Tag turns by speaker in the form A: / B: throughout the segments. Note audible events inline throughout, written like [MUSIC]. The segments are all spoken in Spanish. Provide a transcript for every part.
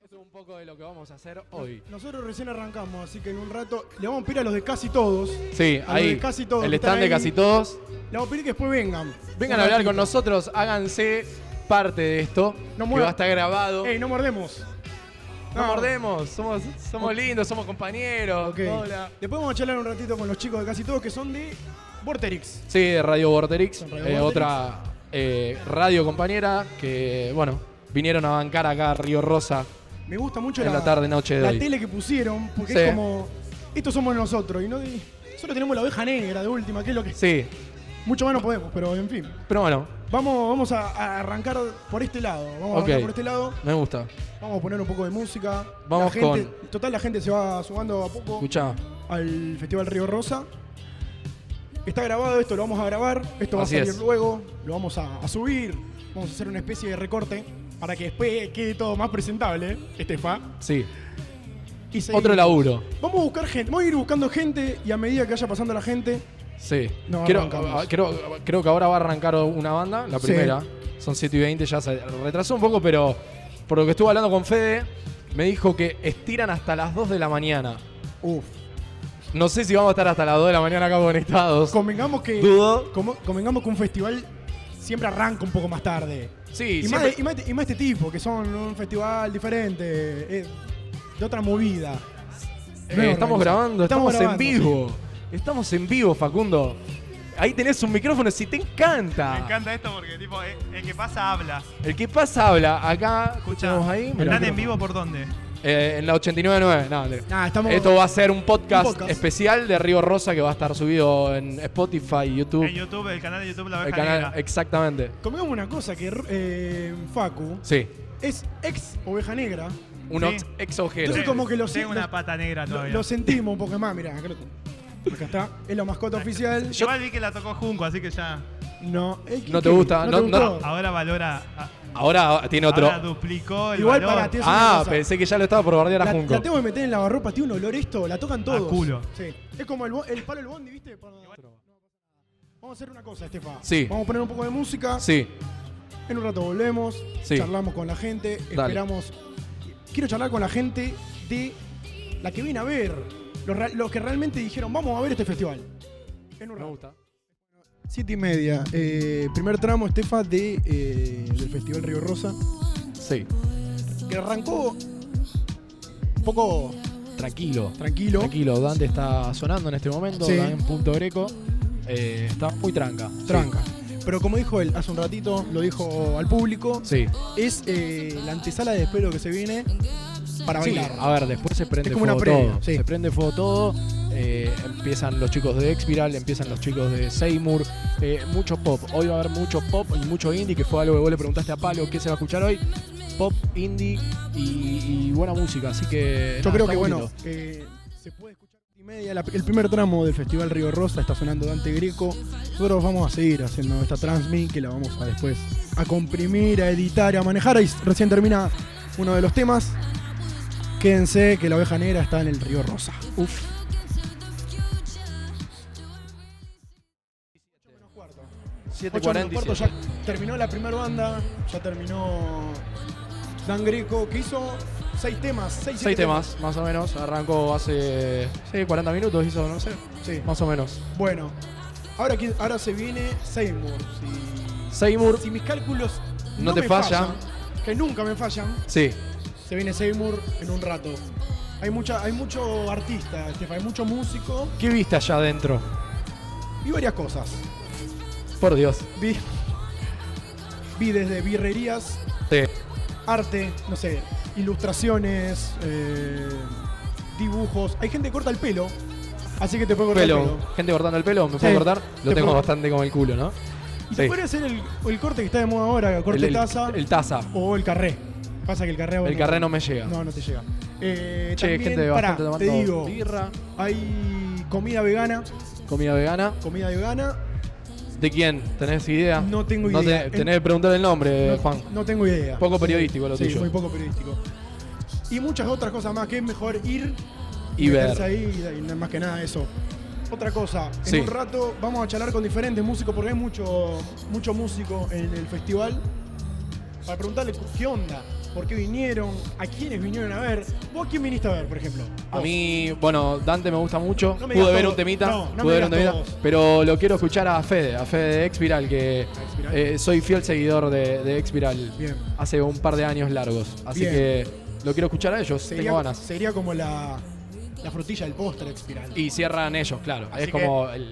A: contexto un poco de lo que vamos a hacer hoy.
B: Nosotros recién arrancamos, así que en un rato le vamos a pedir a los de casi todos.
A: Sí,
B: a los
A: ahí.
B: de casi todos
A: el
B: que están
A: stand de
B: ahí.
A: casi todos.
B: Le vamos a pedir que después vengan.
A: Vengan
B: Un
A: a hablar con
B: ratito.
A: nosotros, háganse parte de esto.
B: No
A: que
B: muevan.
A: va a estar grabado.
B: Ey, no mordemos.
A: Eh, no, mordemos, somos, somos lindos, somos compañeros.
B: Ok.
A: Hola.
B: Después vamos a charlar un ratito con los chicos de casi todos que son de Vorterix.
A: Sí, de Radio Vorterix,
B: Son Radio
A: eh,
B: Vorterix.
A: otra eh, radio compañera que, bueno, vinieron a bancar acá a Río Rosa.
B: Me gusta mucho
A: En
B: la,
A: la tarde, noche de
B: la
A: hoy.
B: tele que pusieron, porque
A: Sí.
B: es como. Estos somos nosotros y no. y Solo tenemos la oveja negra de última, que es lo que.
A: Sí,
B: Mucho más no podemos, pero en fin.
A: pero bueno,
B: Vamos, vamos a, a arrancar por este lado. Vamos a
A: Ok.
B: arrancar por este lado.
A: me gusta.
B: Vamos a poner un poco de música.
A: Vamos
B: la gente, Total, la gente se va sumando a poco
A: Escuchá.
B: al Festival Río Rosa. Está grabado esto, lo vamos a grabar. Esto va
A: Así
B: a salir
A: es.
B: luego. Lo vamos a, a subir. Vamos a hacer una especie de recorte para que después quede todo más presentable. Estefa.
A: Sí,
B: Y seguimos.
A: otro laburo.
B: Vamos a buscar gente. Vamos a ir buscando gente y a medida que vaya pasando la gente.
A: Sí.
B: No,
A: creo,
B: arrancamos.
A: creo, creo que ahora va a arrancar una banda, la
B: Sí.
A: primera. Son 7 y 20, ya se retrasó un poco, pero por lo que estuve hablando con Fede, me dijo que estiran hasta las 2 de la mañana.
B: Uf.
A: No sé si vamos a estar hasta las 2 de la mañana acá conectados.
B: Convengamos que.
A: Dudo.
B: como- convengamos que un festival siempre arranca un poco más tarde.
A: Sí,
B: Y, más,
A: siempre-
B: y más- y más este tipo, que son un festival diferente, eh, de otra movida.
A: Eh,
B: No
A: estamos
B: es organizado.
A: grabando, estamos, en
B: grabando,
A: vivo. Estamos en vivo, Facundo. Ahí tenés un micrófono, si te encanta.
C: Me encanta esto porque, tipo, el, el que pasa habla.
A: El que pasa habla. Acá,
C: Escucha,
A: escuchamos ahí. mirá.
C: ¿están en vivo por dónde?
A: Eh, en la 89.9. No, mentira.
B: sí. Nah, estamos,
A: Esto va a ser un podcast,
B: Un podcast.
A: especial de Río Rosa que va a estar subido en Spotify, YouTube.
C: En YouTube, el canal de YouTube La
A: Uh. el
C: Oveja
A: canal,
C: Negra.
A: exactamente.
B: Convengamos una cosa, que eh, Facu
A: Sí.
B: es ex oveja negra.
A: Un
C: Sí.
A: ox- ex ojero.
B: Entonces, como que lo,
C: Tengo
B: lo-
C: una pata negra
B: lo,
C: todavía.
B: lo sentimos un poco más, mirá, acá, lo- acá está. Es la mascota oficial.
C: Yo vi que la tocó Junco, así que ya.
B: No, eh, ¿qué-
A: No te
B: qué?
A: gusta,
B: no, te
A: no- no-
B: gustó?
C: Ahora valora. a-
A: Ahora tiene otro.
C: Ahora duplicó el
B: Igual
C: valor.
B: para ti es una
A: ah,
B: cosa.
A: pensé que ya lo estaba por bardear a
B: La,
A: Junco.
B: la tengo que meter en lavarropa, tiene un olor esto, la tocan todos.
C: culo.
B: Sí. Es como el, bo- el palo del bondi, ¿viste? Para- Vamos a hacer una cosa, Estefa.
A: Sí.
B: Vamos a poner un poco de música.
A: Sí,
B: En un rato volvemos,
A: Sí.
B: charlamos con la gente,
A: Dale.
B: esperamos. Quiero charlar con la gente de la que viene a ver, los, ra- los que realmente dijeron, vamos a ver este festival. En un
A: me
B: rato.
A: gusta.
B: Siete y media, eh, primer tramo, Estefa, de, eh, del Festival Río Rosa,
A: Sí,
B: que arrancó un poco
A: tranquilo.
B: tranquilo.
A: Tranquilo, Dante está sonando en este momento,
B: Sí.
A: Dante en punto greco. Eh, está muy tranca.
B: Tranca. Pero como dijo él hace un ratito, lo dijo al público,
A: Sí.
B: es eh, la antesala de después de lo que se viene para
A: Sí,
B: bailar.
A: a ver, después se prende
B: Es como una
A: fuego
B: previa,
A: todo.
B: sí.
A: Se prende fuego todo. eh, empiezan los chicos de Expiral, empiezan los chicos de Seymour. eh, mucho pop. Hoy va a haber mucho pop y mucho indie, que fue algo que vos le preguntaste a Palo qué se va a escuchar hoy. Pop, indie y, y buena música. Así que.
B: Yo
A: nada,
B: creo
A: está
B: que bueno,
A: bonito.
B: eh, se puede escuchar y media. la- el primer tramo del Festival Río Rosa está sonando Dante Greco. Nosotros vamos a seguir haciendo esta transmit que la vamos a después a comprimir, a editar, a manejar. Ahí recién termina uno de los temas. Quédense que la oveja negra está en el Río Rosa. Uf. Ocho
A: 7.47.
B: menos cuarto, ya terminó la primera banda, ya terminó Dan Greco, que hizo seis temas, seis,
A: Seis
B: siete
A: temas, más o menos. Arrancó hace. Sí, 40 minutos hizo, no sé.
B: Sí.
A: Más o menos.
B: Bueno, ahora, que- ahora se viene Seymour. Si,
A: Seymour.
B: si mis cálculos
A: No
B: no,
A: te
B: me
A: fallan.
B: que nunca me fallan,
A: Sí.
B: se viene Seymour en un rato. Hay, mucha, hay mucho artista, Estefa, hay mucho músico
A: ¿Qué viste allá adentro?
B: y varias cosas.
A: Por Dios.
B: Vi, vi desde birrerías,
A: Sí.
B: arte, no sé, ilustraciones, eh, dibujos. Hay gente que corta el pelo, así que te puedo cortar el
A: Pelo.
B: pelo.
A: Gente cortando el pelo, ¿me
B: Sí.
A: puedo cortar? Lo
B: Te
A: tengo
B: puedo-
A: bastante como el culo, ¿no?
B: Y
A: Sí.
B: se puede hacer el, el corte que está de moda ahora, corte
A: el, el-
B: taza
A: El taza.
B: o el carré. Pasa que el carré... ahora
A: El carré no me llega.
B: No, no te llega. Eh,
A: che,
B: también,
A: gente
B: pará,
A: bastante
B: te
A: tomando
B: digo,
A: birra,
B: hay comida vegana,
A: comida vegana.
B: comida vegana,
A: ¿De quién? ¿Tenés idea?
B: No tengo
A: No
B: idea.
A: te-
B: En-
A: tenés que preguntar el nombre,
B: no,
A: Eh, Juan.
B: no tengo idea.
A: Poco
B: Sí,
A: periodístico lo
B: sí,
A: tuyo.
B: muy poco periodístico. Y muchas otras cosas más, que es mejor ir
A: Y ver.
B: meterse ahí, y nada más que nada eso. Otra cosa, en
A: Sí.
B: un rato vamos a charlar con diferentes músicos, porque hay mucho, mucho músico en el festival, para preguntarle qué onda. por qué vinieron, a quiénes vinieron a ver. ¿Vos a quién viniste a ver, por ejemplo?
A: A
B: Vos.
A: mí, bueno, Dante me gusta mucho.
B: No me digas
A: pude ver
B: todos.
A: un temita,
B: No, no me
A: pude ver un
B: digas
A: temita,
B: todos.
A: pero lo quiero escuchar a Fede, a Fede de Expiral, que
B: ¿A Expiral?
A: eh, soy fiel seguidor de, de Expiral
B: Bien.
A: hace un par de años largos. Así
B: Bien.
A: que lo quiero escuchar a ellos,
B: Sería,
A: tengo ganas.
B: sería como la, la frutilla del póster espiral.
A: Y cierran ellos, claro.
B: Así
A: es
B: que-
A: como el,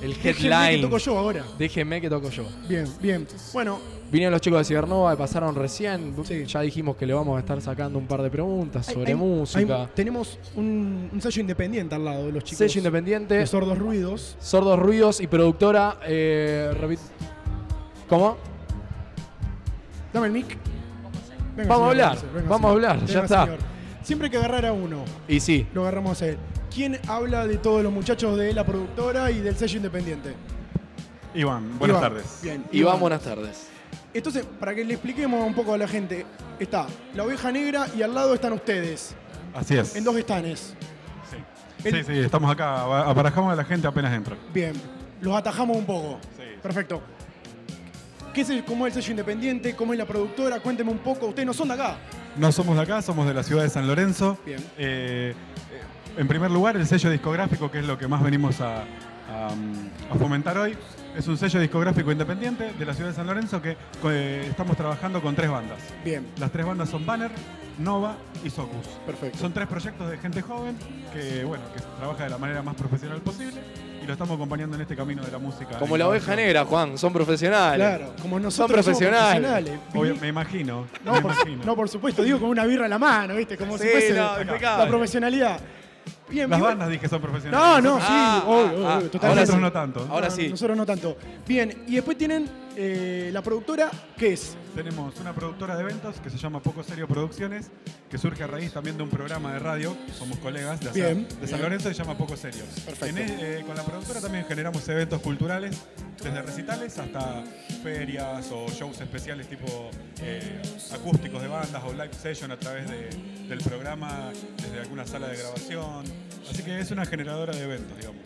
A: el
B: Déjenme que
A: headline.
B: toco yo ahora.
A: Déjenme que toco yo.
B: Bien, bien. Bueno,
A: Vinieron los chicos de Cibernova, pasaron recién.
B: Sí.
A: Ya dijimos que le vamos a estar sacando un par de preguntas
B: hay-
A: sobre
B: hay-
A: música.
B: hay- tenemos un, un sello independiente al lado de los chicos.
A: sello independiente,
B: De sordos ruidos.
A: Sordos Ruidos y productora. eh, repi- ¿Cómo?
B: Dame el mic. Venga,
A: Vamos a hablar,
B: venga,
A: vamos a hablar,
B: Venga,
A: ya está.
B: señor. Siempre hay que agarrar a uno,
A: Y sí,
B: lo agarramos a él. ¿Quién habla de todos los muchachos de la productora y del sello independiente?
D: Iván, buenas
B: Iván.
D: tardes.
B: Bien.
A: Iván, buenas tardes.
B: Entonces, para que le expliquemos un poco a la gente, está la oveja negra y al lado están ustedes,
D: Así es.
B: en dos estanes.
D: Sí.
B: El-
D: sí, sí, estamos acá. aba- Aparajamos a la gente apenas entra.
B: Bien, los atajamos un poco.
D: Sí.
B: Perfecto. ¿Qué es el- ¿Cómo es el sello independiente? ¿Cómo es la productora? Cuénteme un poco. Ustedes no son de acá.
D: No somos de acá, somos de la ciudad de San Lorenzo.
B: Bien.
D: Eh, eh, en primer lugar, el sello discográfico, que es lo que más venimos a, a, mm, a fomentar hoy, es un sello discográfico independiente de la ciudad de San Lorenzo que co- eh, estamos trabajando con tres bandas.
B: Bien,
D: Las tres bandas son Banner, Nova y Socus.
B: perfecto.
D: Son tres proyectos de gente joven que, bueno, que trabaja de la manera más profesional posible y lo estamos acompañando en este camino de la música.
A: Como la oveja negra, Juan, son profesionales.
B: Claro, como nosotros somos
A: profesionales.
B: profesionales.
D: Obvio, me imagino.
B: No
D: me
B: por,
D: imagino.
B: no, por supuesto, digo con una birra en la mano, ¿viste? Como
A: Sí,
B: si fuese
A: no,
B: la
A: impecable.
B: profesionalidad. Bien,
D: Las
B: igual-
D: bandas dije son
B: No,
D: profesionales.
B: no, sí,
A: Ah,
B: obvio,
A: ah,
B: obvio,
A: ah.
B: totalmente.
A: Ahora
D: Nosotros
A: sí.
D: no tanto.
A: Ahora
B: No,
A: sí.
B: Nosotros no tanto. Bien, y después tienen eh, la productora, que es?
D: Tenemos una productora de eventos que se llama Poco Serio Producciones, que surge a raíz también de un programa de radio, somos colegas de, allá,
B: Bien,
D: de San
B: bien.
D: Lorenzo, se llama Poco Serio. En es- eh, con la productora también generamos eventos culturales, desde recitales hasta ferias o shows especiales tipo eh, acústicos de bandas o live session a través de- del programa, desde alguna sala de grabación. Así que es una generadora de eventos, digamos.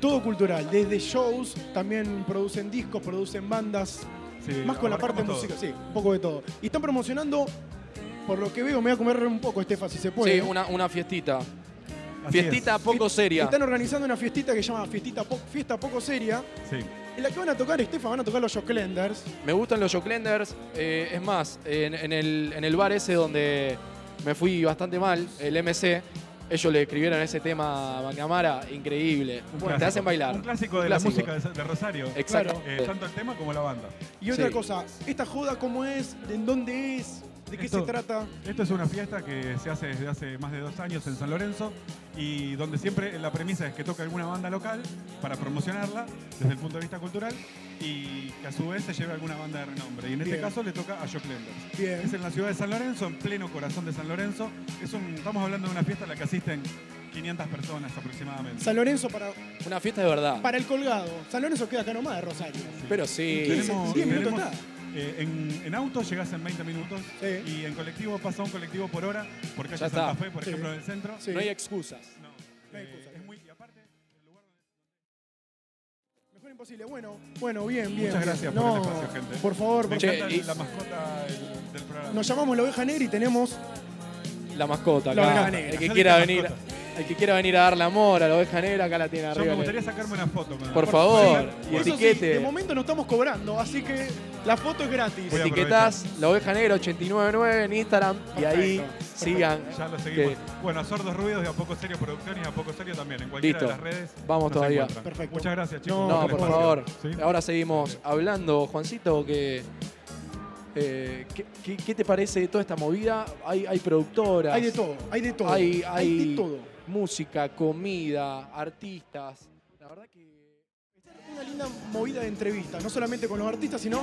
B: Todo cultural, desde shows, también producen discos, producen bandas,
D: Sí,
B: más con la parte
D: abarcamos todo.
B: música, sí, un poco de todo. Y están promocionando, por lo que veo, me voy a comer un poco, Estefa, si se puede.
A: Sí, una, una fiestita.
D: Así es.
A: Fiestita poco seria.
B: Están organizando una fiestita que se llama Fiestita Po- Fiesta Poco Seria,
D: Sí.
B: en la que van a tocar, Estefa, van a tocar los Joclenders.
A: Me gustan los Joclenders. eh, es más, en, en el, en el bar ese donde me fui bastante mal, el MC, ellos le escribieron ese tema a Magnamara, increíble.
D: Un
A: Bueno, te
D: clásico.
A: hacen bailar.
D: Un clásico de
A: clásico.
D: la música de, de Rosario.
A: Exacto.
D: Eh, tanto el tema como la banda.
B: Y otra
A: Sí.
B: cosa, ¿esta joda cómo es? ¿De en dónde es? ¿De qué
D: Esto-
B: se trata?
D: Esto es una fiesta que se hace desde hace más de dos años en San Lorenzo y donde siempre la premisa es que toque alguna banda local para promocionarla desde el punto de vista cultural y que a su vez se lleve alguna banda de renombre. Y en este
B: Bien.
D: caso le toca a Joclenders.
B: Bien.
D: Es en la ciudad de San Lorenzo, en pleno corazón de San Lorenzo. Es un- estamos hablando de una fiesta a la que asisten 500 personas aproximadamente.
B: San Lorenzo para,
A: Una fiesta de verdad.
B: para el colgado. San Lorenzo queda acá nomás de Rosario.
A: Pero sí.
B: Quince,
D: Tenemos-
B: diez minutos
D: tenemos-
B: está.
D: Eh, en, en auto llegas en 20 minutos
B: Sí.
D: y en colectivo pasa un colectivo por hora por calle
A: Ya está.
D: Santa Fe, por
B: Sí.
D: ejemplo, en el centro.
B: Sí.
A: No hay excusas.
D: No,
B: No hay excusa.
D: eh, es muy- y aparte, el lugar donde-
B: Mejor imposible. Bueno, bueno, bien, bien.
D: Muchas
B: bien.
D: gracias por el espacio, gente.
B: Por favor, por
D: Me
A: Che,
D: encanta
A: y-
D: la mascota del, del programa.
B: Nos llamamos la oveja negra y tenemos.
A: La mascota,
B: La
A: acá.
B: oveja negra.
A: El que
D: Yo
A: quiera
D: dije
A: venir, el que quiera venir a dar la mora, la oveja negra, acá la tiene
D: Yo
A: arriba.
D: me gustaría sacarme una foto. con-
A: Por favor, y
D: Bueno,
B: Eso sí,
A: etiquete.
B: de momento no estamos cobrando, así que la foto es gratis.
D: Voy a-
A: Etiquetas la oveja negra 899 en Instagram y ahí
B: Perfecto,
A: sigan.
D: Ya lo seguimos. Bueno, a sordos ruidos y a poco serio producciones y a poco serio también. En cualquiera
A: Listo.
D: de las redes.
A: Vamos
D: nos
A: todavía.
D: encuentran.
B: Perfecto.
D: Muchas gracias, chicos.
B: No,
A: No,
D: el
A: por
D: espacio.
A: favor.
D: ¿Sí?
A: Ahora seguimos hablando, Juancito, que. eh, ¿qué, qué, qué te parece de toda esta movida? Hay, hay productoras,
B: Hay de todo, hay de todo.
A: Hay- hay-
B: de todo.
A: música, comida, artistas. La verdad que.
B: Una linda movida de entrevista, no solamente con los artistas, sino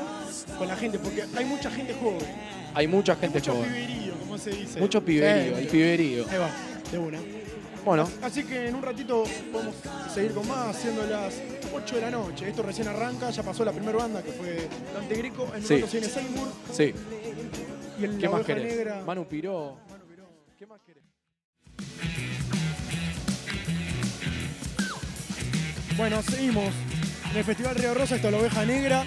B: con la gente, porque hay mucha gente joven.
A: Hay mucha gente
B: Mucho
A: joven.
B: piberío, como se dice.
A: Mucho piberío,
B: Sí,
A: el piberío.
B: Ahí va, de una.
A: Bueno,
B: Así que en un ratito podemos seguir con más, siendo las 8 de la noche. Esto recién arranca, ya pasó la primera banda que fue Dante Greco. En un
A: Sí.
B: rato se viene Seymour
A: sí.
B: y el
A: ¿Qué
B: La
A: más
B: Oveja
A: querés?
B: Negra.
A: Manu Piró. ¿Qué más querés?
B: Bueno, seguimos en el Festival Río Rosa, esto es La Oveja Negra.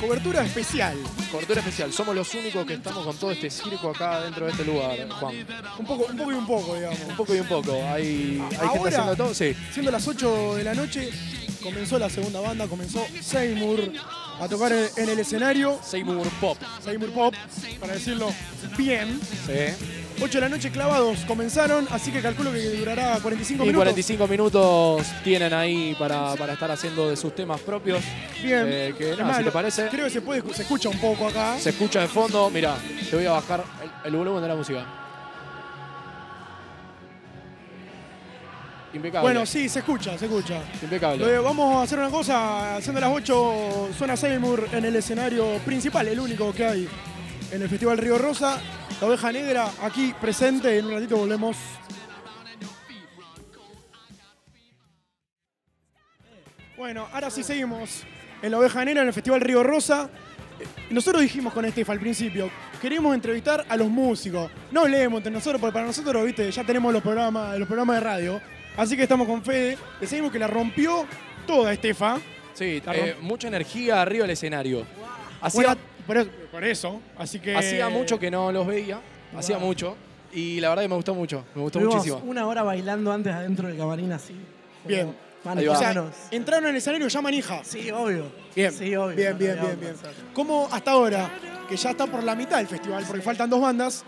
B: Cobertura especial.
A: Cobertura especial. Somos los únicos que estamos con todo este circo acá dentro de este lugar, Juan.
B: Un poco, un poco y un poco, digamos.
A: Un poco y un poco. Hay, hay gente
B: Ahora-
A: haciendo todo. Sí.
B: Siendo las 8 de la noche, comenzó la segunda banda, comenzó Seymour a tocar en en el escenario.
A: Seymour Pop.
B: Seymour Pop, para decirlo bien.
A: Sí.
B: 8 de la noche clavados comenzaron, así que calculo que durará 45
A: Y
B: minutos.
A: 45 minutos tienen ahí para, para estar haciendo de sus temas propios.
B: Bien.
A: Eh, que
B: Es
A: nada,
B: más,
A: si te
B: lo-
A: parece,
B: Creo que se, puede, se escucha un poco acá.
A: se escucha de fondo. Mira, te voy a bajar el, el volumen de la música. Impecable.
B: Bueno, sí, se escucha, se escucha.
A: impecable.
B: Eh, vamos a hacer una cosa, siendo las 8 suena Seymour en el escenario principal, el único que hay en el Festival Río Rosa. La oveja negra aquí presente, en un ratito volvemos. Bueno, ahora sí seguimos en la oveja negra en el Festival Río Rosa. Eh, Nosotros dijimos con Estef al principio, queremos entrevistar a los músicos. No leemos entre nosotros, porque para nosotros, viste, ya tenemos los programas, los programas de radio. Así que estamos con Fede. Le seguimos que la rompió toda Estefa.
A: Sí,
B: La
A: eh, mucha energía arriba del escenario. Hacía,
B: Buena- por, eso, por eso. Así que.
A: hacía mucho que no los veía, hacía
E: eh, Wow.
A: mucho. Y la verdad que me gustó mucho, me gustó
E: Estuvimos
A: muchísimo.
E: una hora bailando antes adentro del camarín así.
B: Bien.
E: Como, Manos,
A: Ahí va.
B: O sea,
E: manos.
B: entraron en el escenario ya manija.
E: Sí, obvio.
A: Bien.
E: Sí, obvio.
B: Bien,
E: No,
B: bien,
E: no, no,
B: bien,
E: no,
B: bien.
E: no, no.
B: ¿Cómo hasta ahora, que ya está por la mitad del festival, porque faltan dos bandas,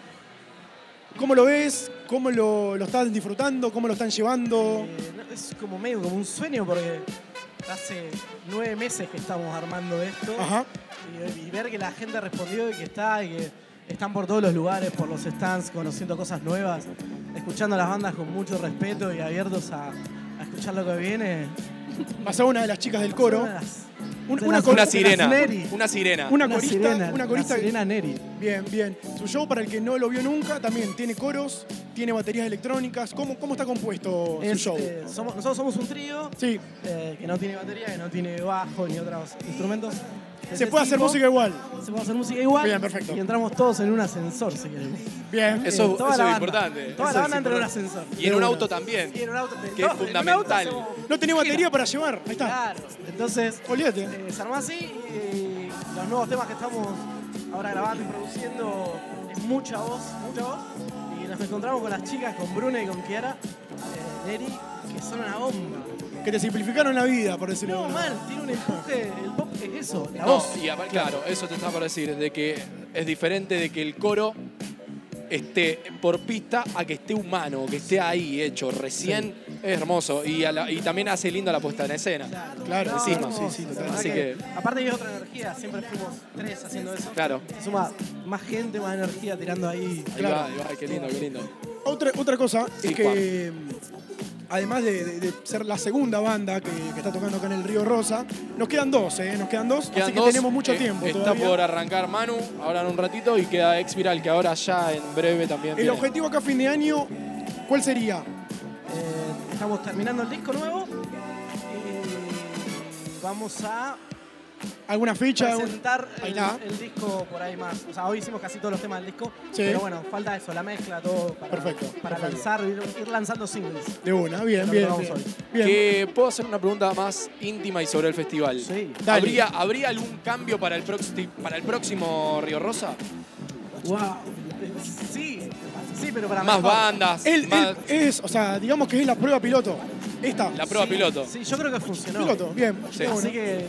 B: cómo lo ves? ¿Cómo lo, lo están disfrutando? ¿Cómo lo están llevando?
E: Eh, no, es como medio como un sueño porque hace nueve meses que estamos armando esto
B: Ajá.
E: y, y ver que la gente respondió y que está y que están por todos los lugares, por los stands, conociendo cosas nuevas, escuchando a las bandas con mucho respeto y abiertos a, a escuchar lo que viene.
B: Pasó una de las chicas del coro.
E: Las-
B: Un-
E: de
B: una
E: las-
B: cor-
A: Una
E: Las
A: sirena,
E: Neri.
A: una sirena.
B: Una
E: la
B: corista,
E: sirena,
B: una
E: la
B: corista-
E: sirena Neri.
B: Bien, bien. Su show, para el que no lo vio nunca, también tiene coros, tiene baterías electrónicas. ¿Cómo, cómo está compuesto su
E: Es,
B: show?
E: eh, somos- nosotros somos un trío
B: Sí,
E: eh, que no tiene batería, que no tiene bajo ni otros instrumentos. de
B: se
E: ese
B: puede hacer
E: tipo.
B: música igual.
E: Se puede hacer música igual.
B: Bien, perfecto.
E: Y entramos todos en un ascensor, si queremos.
B: Bien.
A: Eso-
E: Eh, toda
A: eso
E: la
A: es
E: banda.
A: importante.
E: Toda
A: Eso
E: la
A: es
E: banda entra en un
A: importante.
E: ascensor.
A: Y en un
E: De una.
A: auto también.
E: Y en un auto.
A: Que es
E: no, en un auto
A: fundamental.
E: hacemos-
B: No tenés batería para llevar. Ahí está.
E: Claro. Entonces,
B: Olvídate.
E: eh, se armó así y los nuevos temas que estamos ahora grabando y produciendo es mucha voz, mucha voz. Y nos encontramos con las chicas, con Bruna y con Kiara, eh, Neri, que son una bomba.
B: Que te simplificaron la vida, por decirlo
E: No,
B: de alguna
E: mal, tiene un empuje. El pop es eso, la
A: No,
E: voz.
A: y aparte, claro, eso te estaba por decir, de que es diferente de que el coro esté por pista a que esté humano, que esté ahí hecho, recién es hermoso y, a la- y también hace linda la puesta en escena.
B: Claro,
A: sí,
E: no,
A: sí,
B: sí,
E: la
B: total.
E: verdad
A: Así que-
E: Aparte hay otra energía, siempre fuimos tres haciendo eso.
A: Claro,
E: Se Suma más gente, más energía tirando
A: ahí
E: ahí.
B: Claro.
A: va, ahí va, qué lindo, qué lindo.
B: Otra, otra cosa
A: Sí,
B: es que, mm, además de, de- de ser la segunda banda que, que está tocando acá en el Río Rosa, nos quedan dos, ¿eh? Nos quedan dos,
A: Quedan
B: así que
A: dos,
B: tenemos mucho
A: eh,
B: tiempo
A: Está
B: todavía.
A: por arrancar Manu ahora en un ratito y queda Ex Viral, que ahora ya en breve también.
B: El
A: viene.
B: objetivo acá a fin de año, ¿cuál sería?
E: Eh, estamos terminando el disco nuevo y vamos a
B: ¿Alguna fecha? ¿Algún-
E: presentar
B: ahí
E: el,
B: está.
E: el disco por ahí más. O sea, hoy hicimos casi todos los temas del disco,
B: Sí.
E: pero bueno, falta eso, la mezcla, todo para,
B: Perfecto,
E: para
B: perfecto.
E: lanzar, ir, ir lanzando singles.
B: De una, bien,
E: Lo
B: bien.
E: tocamos
B: Bien.
E: hoy.
B: Bien.
A: Que puedo hacer una pregunta más íntima y sobre el festival.
E: Sí.
B: Dale.
A: ¿Habría, ¿Habría algún cambio para el, proxi- para el próximo Río Rosa?
E: Wow. Sí, sí, pero para
A: Más
E: mejor.
A: bandas,
B: Él- él
A: más-
B: es, o sea, digamos que es la prueba piloto. Esta.
A: la prueba
E: Sí,
A: piloto.
E: Sí, yo creo que funcionó.
B: piloto, bien.
A: Sí.
B: de una.
E: Así que,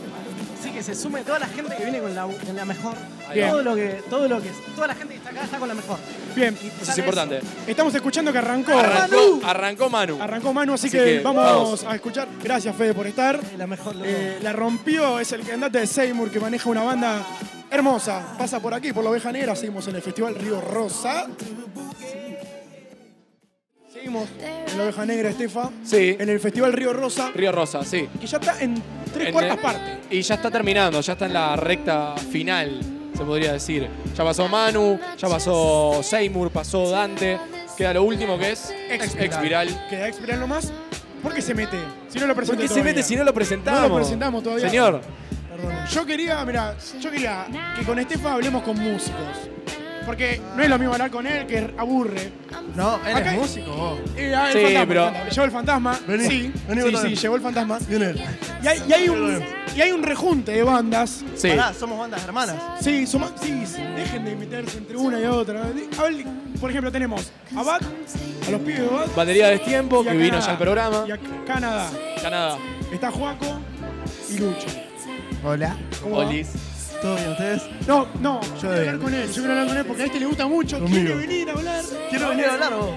E: así que se sume toda la gente que viene con la, con la mejor.
A: Ahí va.
E: Todo lo que, todo lo que, toda la gente que está acá está con la mejor. eh,
B: Bien.
A: Eso es importante.
B: Estamos escuchando que arrancó.
A: Arrancó, arrancó Manu.
B: Arrancó Manu, así,
A: Así
B: que,
A: que
B: vamos,
A: vamos.
B: a escuchar. Gracias, Fede, por estar.
E: Eh, La mejor. loco.
B: Eh, la rompió, es el cantante de Seymour que maneja una banda hermosa. Pasa por aquí, por la oveja negra. Seguimos en el Festival Río Rosa. Seguimos en la oveja negra, Estefa.
A: Sí.
B: En el Festival Río Rosa,
A: Río Rosa, sí.
B: que ya está en tres
A: En
B: cuartas
A: el-
B: partes.
A: Y ya está terminando, ya está en la recta final, se podría decir. Ya pasó Manu, ya pasó Seymour, pasó Dante. Queda lo último que es Ex Viral.
B: Queda expirar nomás. ¿Por qué se mete? Si no lo
A: ¿Por
B: presenté
A: qué se
B: todavía.
A: mete si no lo presentamos?
B: No lo presentamos todavía.
A: Señor,
B: Yo quería, mira, yo quería que con Estefa hablemos con músicos. Porque no es lo mismo hablar con él que aburre.
F: No, él
B: Acá-
F: es músico. vos.
B: Eh, ah, el
A: Sí,
B: fantasma,
A: pero-
B: el fantasma. Llegó el fantasma.
F: Vení,
B: sí,
F: vení,
B: sí,
F: vos
B: sí,
F: también.
B: llegó el fantasma.
F: Lionel.
B: Y hay, y hay un, y hay un rejunte de bandas.
A: Sí.
F: Pará, somos bandas hermanas.
B: Sí, suma- sí, sí, dejen de meterse entre una y otra. A ver, por ejemplo, tenemos a Bat, a los pibes de Bat.
A: Batería de tiempo,
B: y a
A: que vino
B: Canadá.
A: ya al programa.
B: Y a Canadá.
A: Canadá.
B: Está Juaco y Lucho.
F: Hola.
B: ¿Cómo va?
A: Olis.
F: ¿Todo bien ustedes?
B: No, no, yo quiero
F: bien.
B: hablar con él, yo quiero hablar con él porque a este le gusta mucho.
F: Conmigo.
B: Quiere venir a hablar.
F: Quiero venir a hablar vos.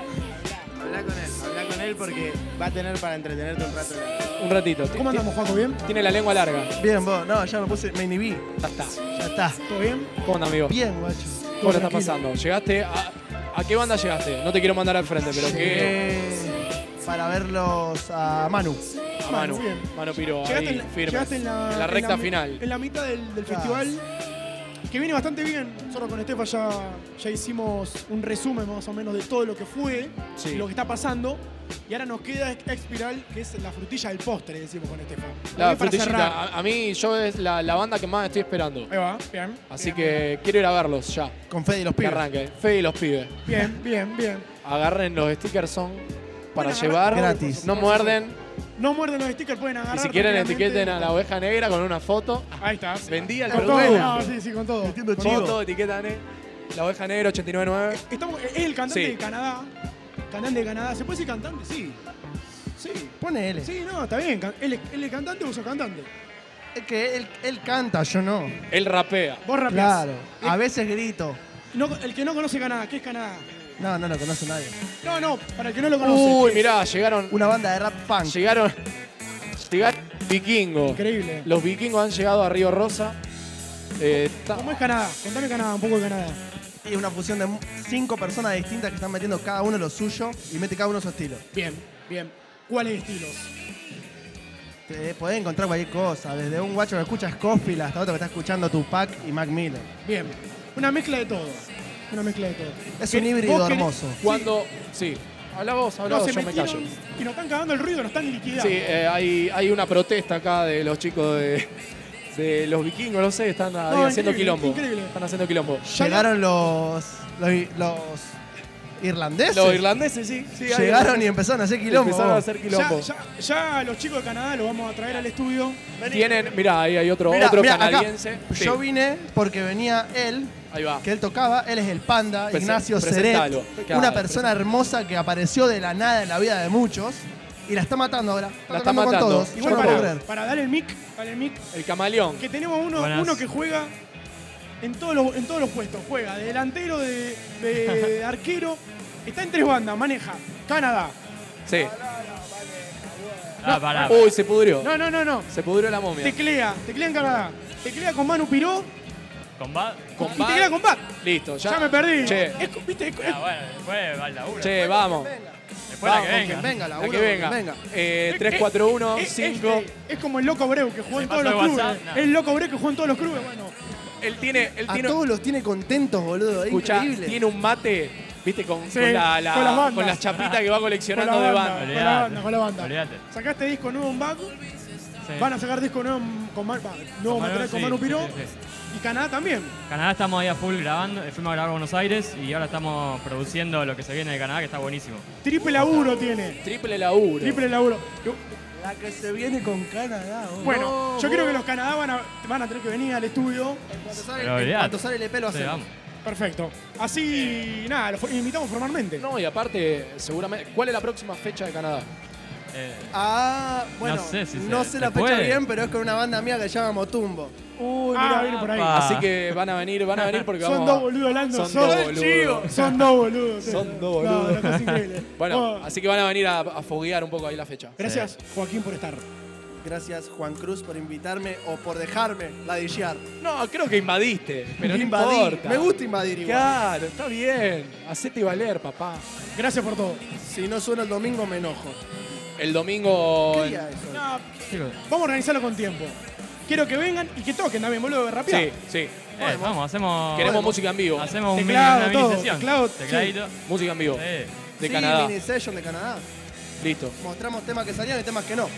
G: Habla con él, habla con él porque va a tener para entretenerte un rato.
A: Un ratito. Ti-
B: ¿Cómo andamos, Juaco? ¿Bien?
A: ti- Tiene la lengua larga.
F: Bien, vos. No, ya me puse, me inhibí.
A: Ya está.
F: Ya está.
B: ¿Todo bien?
A: ¿Cómo anda, amigo?
F: Bien, guacho.
A: ¿Cómo la estás
B: tranquilo.
A: pasando? ¿Llegaste a, a qué banda llegaste? No te quiero mandar al frente, pero qué.
F: Llegué Eh, para verlos a Manu.
A: A Ah, Manu.
B: Manu, bien.
A: Manu Piro,
B: Llegaste,
A: ahí,
B: en, la,
A: firme.
B: llegaste en la- en
A: recta
B: la-
A: final.
B: En la mitad del, del
F: Claro.
B: festival, que viene bastante bien. Nosotros con Estefa ya, ya hicimos un resumen más o menos de todo lo que fue,
A: Sí.
B: lo que está pasando. Y ahora nos queda Expiral, que es la frutilla del postre, decimos con Estefa.
A: La
B: También para
A: frutillita.
B: cerrar.
A: A, a mí, yo es la, la banda que más estoy esperando.
B: Ahí va, bien.
A: Así
B: bien,
A: que quiero ir a verlos ya.
F: Con Fede y los
A: Que
F: pibes.
A: arranque. Fede y los pibes.
B: Bien, bien, bien.
A: Agarren los stickers son para
B: Pueden
A: llevar.
B: agarrar todo,
F: Gratis.
A: No muerden.
B: No muerden los stickers, pueden agarrar.
A: Y si quieren
B: tranquilamente.
A: etiqueten a la oveja negra con una foto.
B: Ahí está.
A: Vendí al
B: Con todo.
A: producto.
B: No, sí, sí, con todo.
F: Metiendo
B: Con
F: chivo.
B: todo.
A: Foto, etiquetan eh, la oveja negra 899.
B: Estamos, es el cantante
A: Sí.
B: de Canadá. Cantante de Canadá. ¿Se puede decir cantante? Sí. Sí.
F: Pone él.
B: Sí, no, está bien. can- Él es, él es cantante o sos cantante.
F: Es que él, él canta, yo no.
A: Él rapea.
B: Vos rapeás.
F: Claro.
E: Eh.
F: A veces grito.
B: No, el que no conoce Canadá, ¿qué es Canadá?
F: No, no lo conoce nadie.
B: No, no, para el que no lo conoce.
A: Uy,
B: ¿qué es?
A: mirá, llegaron.
F: Una banda de rap punk.
A: Llegaron. Llegaron vikingos.
B: Increíble.
A: Los vikingos han llegado a Río Rosa. Eh, ta-
B: ¿Cómo es Canadá? Contame Canadá, un poco de Canadá.
F: Es una fusión de cinco personas distintas que están metiendo cada uno lo suyo y mete cada uno su estilo.
B: Bien, bien. ¿Cuáles estilos?
F: Te podés encontrar cualquier cosa, desde un guacho que escucha Scofield hasta otro que está escuchando Tupac y Mac Miller.
B: Bien. Una mezcla de todo. Una mezcla de todo.
F: Es un
B: Que-
F: híbrido
B: vos querés-
F: hermoso.
A: Cuando. Sí. Habla vos, habla
B: No,
A: vos,
B: se
A: yo me callo.
B: metieron y nos están cagando el ruido, nos están liquidando.
A: Sí, eh, hay, hay una protesta acá de los chicos de, de los vikingos, no sé, están ahí
B: No,
A: haciendo
B: increíble,
A: quilombo.
B: increíble.
A: Están haciendo quilombo.
B: Ya
F: Llegaron los, los, los irlandeses.
A: Los irlandeses, sí. sí hay-
F: Llegaron y empezaron a hacer quilombo.
A: Empezaron a
F: vos.
A: hacer
B: Ya,
A: quilombo.
B: ya, ya a los chicos de Canadá los vamos a traer al estudio.
A: Tienen, mirá, ahí hay otro,
F: Mirá,
A: otro
F: mirá, acá.
A: canadiense. Sí,
F: Yo vine porque venía él,
A: ahí va.
F: que él tocaba, él es el panda,
A: Presen-
F: Ignacio Seret,
A: presentalo. Claro,
F: una persona hermosa que apareció de la nada en la vida de muchos y la está matando ahora. Está
A: La está
F: tocando con
A: matando.
F: todos.
A: Yo
F: Igual
A: no
F: no puedo
A: puedo.
F: creer.
B: Para dar el mic, dale el mic.
A: El camaleón.
B: Que tenemos uno,
C: Buenas.
B: uno que juega en todos, los, en todos los puestos. Juega de delantero, de,
A: [LAUGHS]
B: de arquero. Está en tres bandas, maneja. Canadá.
A: Sí.
C: Ah, pará.
A: Uy, se pudrió.
B: No, no, no, no.
A: Se pudrió la momia.
B: Teclea, teclea en Canadá. Teclea con Manu Piró
H: Con va.
A: Con
B: y
A: Bad-
B: teclea con Bat.
A: Listo, ya.
B: Ya, me perdí.
A: Che,
B: Es co- viste, es co-
H: Ah, bueno, después va el laburo.
A: che, vamos.
H: Después la que
A: Vamos,
H: venga.
F: Venga,
A: La
F: laburo,
A: que venga.
F: venga.
A: Eh,
B: es-
A: 3, 4, 1,
B: es- es-
A: 5.
B: Es, como el Loco Breu que juega en todos
H: pasó
B: los
H: el
B: clubes.
H: WhatsApp? No.
B: El Loco Breu que juega en todos los clubes. Bueno,
A: Él tiene, él
F: A
A: tiene,
F: todos los tiene contentos, boludo. Es
A: escuchá,
F: increíble.
A: tiene un mate, viste, con,
B: Sí,
A: con la, la-
B: con las bandas.
A: con las chapitas que va
B: con
A: coleccionando
B: la,
A: de
B: banda,
A: banda.
B: con la
H: Olvidate.
B: banda, con la banda.
H: Olvidate.
B: Sacaste este disco nuevo en Baku.
H: Sí.
B: Van a sacar disco nuevo en- con, Mar- va, nuevo
H: Con
B: material
H: Manu,
B: con
H: sí,
B: Manu
H: sí,
B: Piró.
H: sí, sí.
B: Y Canadá también.
H: Canadá estamos ahí a full grabando, eh, fuimos a grabar a Buenos Aires y ahora estamos produciendo lo que se viene de Canadá que está buenísimo.
B: Triple laburo tiene.
A: Triple laburo.
B: Triple laburo. Yo-
F: La que se viene con Canadá, boludo.
B: Bueno, yo creo que los Canadá van a, van a tener que venir al estudio.
F: Cuando sale,
H: Pero olvidate.
F: cuando sale el EP lo
H: Sí,
F: hacemos.
H: vamos.
B: Perfecto. Así, nada, los invitamos formalmente.
A: No, y aparte, seguramente. ¿Cuál es la próxima fecha de Canadá?
H: Eh,
F: Ah, bueno, no
H: No
F: sé,
H: sé si se- se
F: la fecha
H: puede.
F: bien, pero es con una banda mía que se llama Motumbo.
B: Uy,
H: ah,
B: viene por ahí.
H: pa. Ah.
A: Así que van a venir, van a venir porque
B: Son
A: vamos.
B: dos
A: a-
B: boludos hablando.
A: Son
B: son-
A: dos boludos.
B: Son dos boludos.
A: Son dos
B: No,
A: boludos.
B: una cosa increíble.
A: [LAUGHS] Bueno,
F: Ah.
B: Bueno,
A: así que van a venir a, a foguear un poco ahí la fecha.
B: gracias, Joaquín, por estar.
F: Gracias, Juan Cruz, por invitarme o por dejarme ladillar.
A: No, creo que invadiste, pero no
F: Invadí.
A: importa.
F: Me gusta invadir igual.
A: Claro, está bien. Hacete valer, papá.
B: Gracias por todo.
F: Si no suena el domingo, me enojo.
A: El domingo.
F: ¿Qué
A: en-
F: día es hoy?
B: No, vamos a organizarlo con tiempo. Quiero que vengan y que toquen también, boludo, rapear.
A: Sí, sí.
H: eh, vamos, hacemos.
A: Queremos música en vivo.
H: Hacemos un
B: Teclado,
H: mini, una
B: todo,
H: mini sesión.
B: teclado,
H: Tecladito.
A: Música en vivo.
H: Eh,
A: De
F: sí,
A: Canadá.
F: mini session de Canadá.
A: Listo.
F: Mostramos temas que salían y temas que no.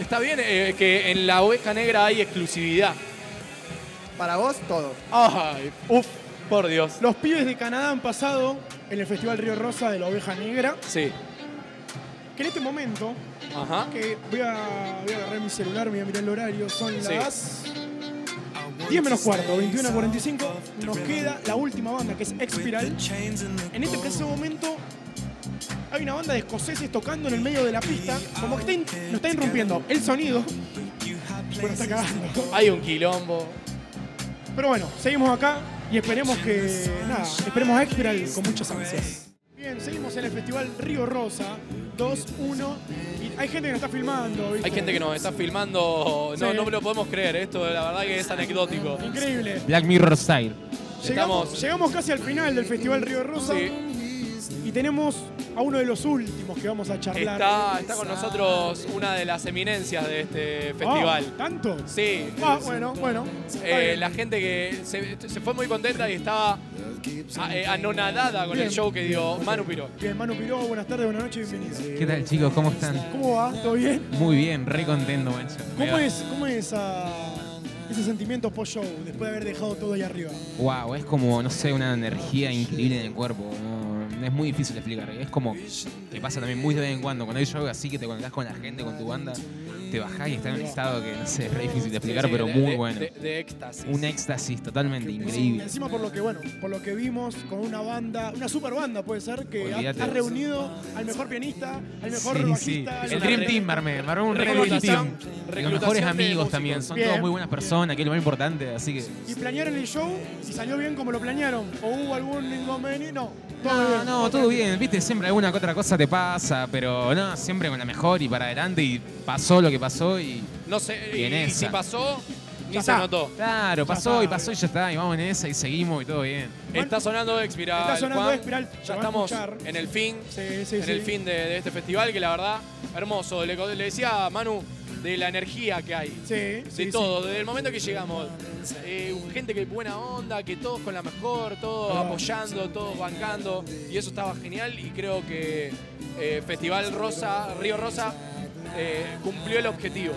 A: Está bien eh, que en la oveja negra hay exclusividad.
F: Para vos, todo.
A: Ay, uf. Por Dios.
B: Los pibes de Canadá han pasado en el Festival Río Rosa de la Oveja Negra.
A: Sí.
B: Que en este momento,
A: Ajá.
B: que voy a, voy a agarrar mi celular, voy a mirar el horario, son
A: Sí.
B: las 10 menos cuarto, 21 a 45. Nos queda la última banda, que es Expiral. En este preciso momento hay una banda de escoceses tocando en el medio de la pista, como que está in- nos está irrumpiendo el sonido. Bueno, está cagando.
A: Hay un quilombo.
B: Pero bueno, seguimos acá y esperemos que. Nada, esperemos a Expiral con muchas ansias. Bien, seguimos en el Festival Río Rosa 2-1. Y hay gente que nos está filmando, ¿viste?
A: Hay gente que nos está filmando. No,
B: Sí.
A: no me lo podemos creer. Esto, la verdad, que es anecdótico.
B: Increíble.
I: Black Mirror Style.
B: Llegamos, llegamos casi al final del Festival Río Rosa. Y tenemos a uno de los últimos que vamos a charlar. Ah,
A: Está, está con nosotros una de las eminencias de este
B: Ah,
A: festival.
B: ¿Tanto?
A: Sí.
B: Ah, bueno, bueno. está
A: Eh,
B: bien.
A: la gente que se, se fue muy contenta y estaba ah, eh, anonadada con
B: Bien.
A: el show que dio Manu Piro.
B: Bien, Manu Piró, buenas tardes, buenas noches, bienvenido.
I: ¿Qué tal, chicos? ¿Cómo están?
B: ¿Cómo va? ¿Todo bien?
I: Muy bien, re contento, macho. Me
B: ¿Cómo
I: va.
B: es, cómo es ah, ese sentimiento post-show, después de haber dejado todo ahí arriba?
I: Wow, es como, no sé, una energía increíble en el cuerpo. no- es muy difícil de explicar. Es como que pasa también muy de vez en cuando. Cuando hay show así que te conectás con la gente, con tu banda, te bajás y estás en un estado que no sé, es re difícil de explicar,
A: Sí, sí,
I: pero
A: de-
I: muy
A: de-
I: bueno.
A: De, de éxtasis.
I: Un éxtasis totalmente
B: Y
I: increíble.
B: encima por lo que, bueno, por lo que vimos con una banda, una super banda puede ser, que ha,
I: Olvídate.
B: ha reunido al mejor pianista, al mejor
I: Sí, sí.
B: bajista. al
I: El
B: mejor-
I: Dream Team, armé. Armé un re Dream
A: Reclutación-
I: Team. Y Los mejores
A: reclutación de
I: amigos
A: músicos.
I: también. Son
B: Bien.
I: todos muy buenas personas, que es lo más importante. Así que
B: Y planearon el show y salió bien como lo planearon. ¿O hubo algún inconveniente? No. Todo
I: No,
B: bien.
I: no, todo bien, viste, siempre alguna que otra cosa te pasa, pero no, siempre con la mejor y para adelante y pasó lo que pasó y
A: No sé,
I: Y en
A: y, y
I: esa.
A: si pasó, ni se
B: está.
A: notó.
I: claro,
B: está,
I: pasó y pasó y ya está, y vamos en esa y seguimos y todo bien.
A: Está sonando Expiral.
B: Está sonando
A: Juan.
B: Expiral, lo
A: Ya
B: va a
A: estamos
B: escuchar.
A: en el fin,
B: Sí, sí,
A: en el
B: sí.
A: fin de, de este festival que la verdad, hermoso. Le, co- le decía a Manu de la energía que hay.
B: Sí,
A: De
B: sí, sí.
A: todo, desde el momento que llegamos. Eh, gente que buena onda, que todos con la mejor, todos
B: Perdón.
A: apoyando, todos bancando. Y eso estaba genial y creo que eh, Festival Rosa, Río Rosa, eh, cumplió el objetivo.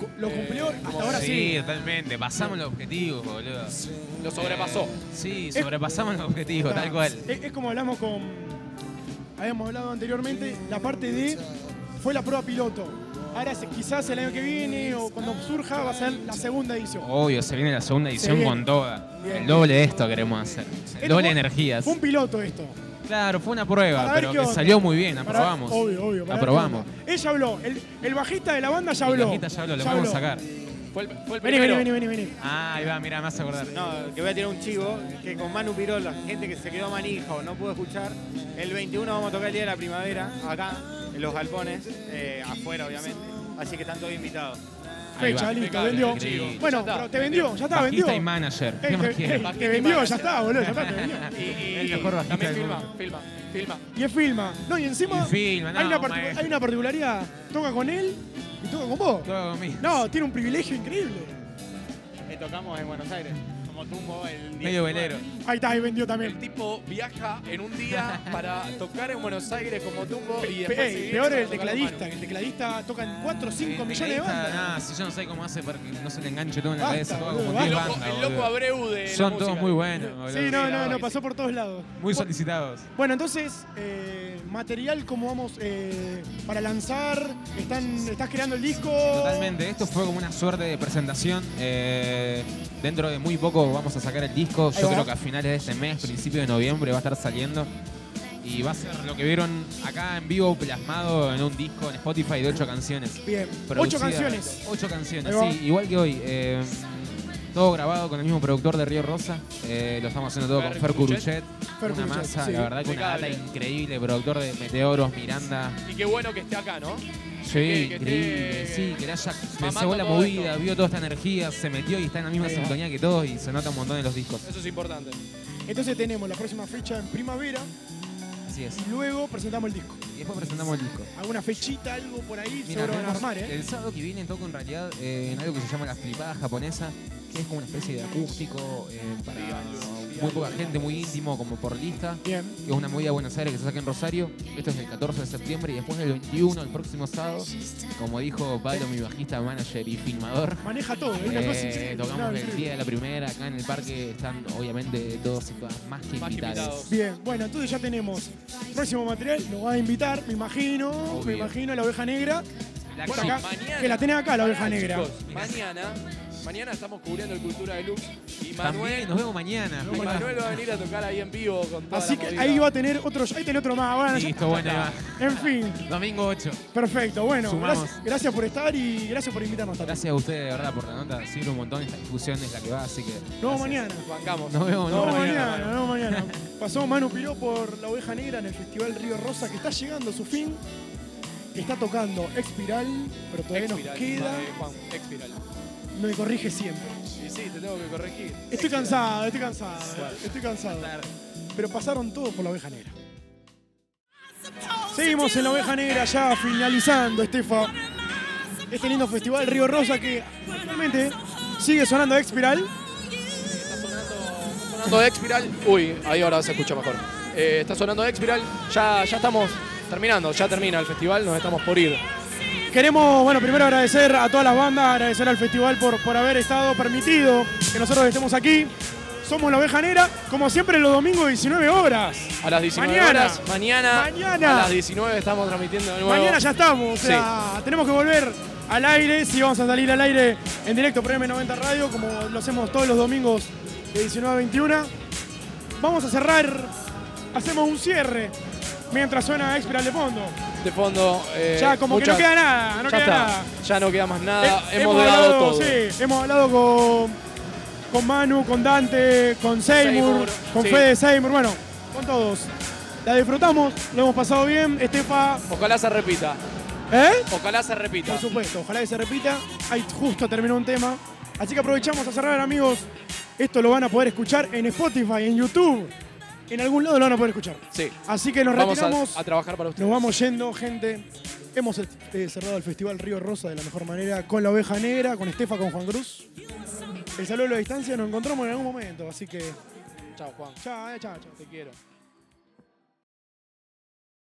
B: Cu- Lo cumplió
A: Eh,
B: hasta ahora sí.
I: totalmente, pasamos los objetivos, boludo. Eh,
A: Lo sobrepasó.
I: Sí, sobrepasamos los objetivos, tal cual.
B: Es, es como hablamos con. Habíamos hablado anteriormente, la parte de. Fue la prueba piloto. Ahora se- quizás el año que viene o cuando surja va a ser la segunda edición.
I: Obvio, se viene la segunda edición
B: viene.
I: con toda.
B: Bien.
I: El doble de esto queremos hacer. El
B: Esto
I: doble de
B: fue-
I: energías.
B: Fue un piloto esto.
I: Claro, fue una
B: Para
I: prueba,
B: ver
I: pero
B: qué
I: que
B: onda.
I: salió muy bien,
B: Para-
I: aprobamos.
B: obvio, obio. para ver
I: Aprobamos.
B: qué onda. Ella habló, el, el bajista de la banda ya
I: Y
B: habló.
I: Bajita ya habló, lo vamos a sacar.
A: Fue el, fue el
B: Vení,
A: primero.
B: vení, vení, vení, vení.
I: Ah, ahí va, mira, me vas a acordar.
H: No, que voy a tirar un chivo, que con Manu Piró, la gente que se quedó manija o no pudo escuchar, el 21 vamos a tocar el Día de la Primavera, acá, en los galpones, eh, afuera obviamente, así que están todos invitados.
I: Ahí va.
B: Fecha, listo,
A: impecable,
B: vendió.
I: increíble.
A: Ya
B: Bueno,
A: está,
B: pero te vendió, ya está, vendió. Eh,
I: Bajista y manager.
B: Ey,
I: ¿Qué más
B: te,
I: quieres?
B: ey, te
A: y
B: vendió, ya
A: manager.
B: está, boludo, ya está, te vendió.
A: Y, y-
I: El mejor bajista
A: también
I: del
A: filma,
I: mundo.
A: filma, filma.
B: Y es filma. No, y encima
I: Y filma, no,
B: hay, una particu-
I: maestro.
B: hay una particularidad. Toca con él y toca con vos.
I: Todo conmigo.
B: No, tiene un privilegio increíble.
H: Eh, tocamos en Buenos Aires, como tumbo el 19.
I: Medio velero.
B: Ahí está, ahí vendió
A: El
B: también.
A: tipo viaja en un día para tocar en Buenos Aires como tumbo y después
B: Ey,
A: se viene
B: peor es
A: para tocar
B: el
A: con
B: tecladista,
A: Manu.
B: que el tecladista toca en 4 o 5
I: El
B: millones de
I: tecladista,
B: bandas.
I: Nah, Eh, si yo no sé cómo hace para que no se le enganche todo en la
B: Basta,
I: cabeza. Toca
B: boludo,
I: como
B: basta.
A: El
I: 10 bandas.
A: loco, el
I: boludo.
A: loco Abreu de la
I: Son todos
A: música.
I: muy buenos. boludo.
B: Sí, no, no, no,
I: la
B: pasó por todos lados.
I: Muy solicitados.
B: Bueno, entonces, eh, material como vamos eh, para lanzar, están, estás creando el disco.
I: Totalmente, esto fue como una suerte de presentación. eh, dentro de muy poco vamos a sacar el disco.
B: Ahí
I: Yo
B: va.
I: creo que a finales de este mes, principio de noviembre, va a estar saliendo. Y va a ser lo que vieron acá en vivo plasmado en un disco en Spotify de ocho canciones.
B: Bien,
I: Producida-
B: 8 canciones.
I: Ocho canciones,
B: Ahí va.
I: sí, igual que hoy. eh, todo grabado con el mismo productor de Río Rosa. eh, lo estamos haciendo todo con
A: Fer
I: Fer
A: Curuchet.
I: Curuchet.
B: Fer
I: una
B: Curuchet,
I: masa,
B: sí.
I: la verdad que una data
A: Impecable.
I: increíble. Productor de Meteoros, Miranda.
A: Y qué bueno que esté acá, ¿no?
I: Sí,
A: Que- que
I: increíble.
A: esté
I: Sí, que le haya
A: mamando
I: cebó la
A: todo
I: movida,
A: esto.
I: vio toda esta energía, se metió y está en la misma
B: Ahí va.
I: sintonía que todos y se nota un montón en los discos.
A: Eso es importante.
B: Entonces tenemos la próxima fecha en primavera
I: Así es.
B: y luego presentamos el disco.
I: Y después presentamos el disco.
B: ¿Alguna fechita, algo por ahí?
I: Mira,
B: seguro van a
I: tenemos-
B: armar, ¿eh?
I: El sábado que viene toco en realidad eh, en algo que se llama la flipada japonesa, que es como una especie de acústico eh, para muy poca gente, muy íntimo, como por lista.
B: Bien.
I: Que es una movida de Buenos Aires que se saca en Rosario. Esto es el 14 de septiembre y después el 21, el próximo sábado, como dijo Pablo, mi bajista, manager y filmador.
B: Maneja todo, es una
I: eh,
B: cosa increíble.
I: Tocamos
B: No,
I: el
B: increíble.
I: día de la primera acá en el parque. Están obviamente todos y todas más que invitados.
B: Bien, bueno, entonces ya tenemos próximo material, nos va a invitar, me imagino, me imagino, la oveja negra.
A: La
B: Por
A: acción.
B: acá,
A: Mañana.
B: que la tenés acá la oveja
A: Pará,
B: negra.
A: chicos, mañana, mañana estamos cubriendo el Cultura de Luz y
I: También,
A: Manuel.
I: nos vemos mañana.
A: y Manuel va a venir a tocar ahí en vivo con toda
B: Así
A: la
B: que
A: movida.
B: ahí va a tener otro, ahí tenés otro más. Bueno, ya-
I: Listo, bueno, ahí va.
B: En fin,
I: Domingo 8.
B: perfecto, bueno,
I: Sumamos.
B: gracias, gracias por estar y gracias por invitarnos. Tati.
I: Gracias a ustedes, de verdad, por la nota. Sirve un montón. Esta difusión es la que va, así que.
B: Nos vemos mañana.
A: Bancamos.
I: Nos vemos,
B: Nos vemos mañana, nos vemos mañana.
I: [LAUGHS]
B: Pasó Manu Piró por La Oveja Negra en el Festival Río Rosa, que está llegando a su fin. Está tocando Expiral, pero todavía
A: Expiral,
B: nos queda.
A: eh, Juan, expiral.
B: Me corrige siempre.
A: Y sí, te tengo que corregir.
B: Estoy
A: Expiral.
B: cansado, estoy cansado, estoy cansado. Pero pasaron todos por La Oveja Negra. Seguimos en La Oveja Negra ya finalizando, Estefa. Este lindo festival Río Rosa que actualmente sigue sonando Expiral.
A: sonando Expiral. Uy, ahí ahora se escucha mejor. Eh, está sonando Expiral. Ya, ya estamos terminando, ya termina el festival, nos estamos por ir.
B: Queremos, bueno, primero agradecer a todas las bandas, agradecer al festival por, por haber estado permitido que nosotros estemos aquí. Somos La Oveja Negra, como siempre los domingos 19 horas.
A: A las 19
B: Mañana.
A: horas, mañana,
B: Mañana.
A: a las 19 estamos transmitiendo de nuevo.
B: Mañana ya estamos, o sea, tenemos que volver al aire, si vamos a salir al aire en directo por M90 Radio, como lo hacemos todos los domingos de 19 a 21. Vamos a cerrar, hacemos un cierre mientras suena Expiral de fondo.
A: De fondo. eh,
B: Ya, como que no
A: muchas-
B: queda nada, no
A: ya
B: queda
A: está,
B: nada.
A: Ya no queda más nada,
B: He-
A: Ah, hemos durado
B: Eh, hablado,
A: todo.
B: sí, hemos hablado con, con Manu, con Dante, con Seymour,
A: Seymour,
B: con
A: sí.
B: Fede Seymour, bueno, con todos. La disfrutamos, lo hemos pasado bien, Estefa.
A: Ojalá se repita.
B: ¿Eh?
A: Ojalá se repita.
B: Por supuesto, ojalá que se repita. Ahí justo terminó un tema. Así que aprovechamos a cerrar, amigos. Esto lo van a poder escuchar en Spotify, en YouTube. En algún lado lo van a poder escuchar.
A: Sí.
B: Así que nos
A: Vamos a-
B: retiramos.
A: A, trabajar para ustedes.
B: Nos vamos yendo, gente. Hemos eh, cerrado el Festival Río Rosa de la mejor manera con la oveja negra, con Estefa, con Juan Cruz. El saludo a la distancia nos encontramos en algún momento, así que.
A: Chao, Juan.
B: Chao, eh, chao, chao.
A: Te quiero.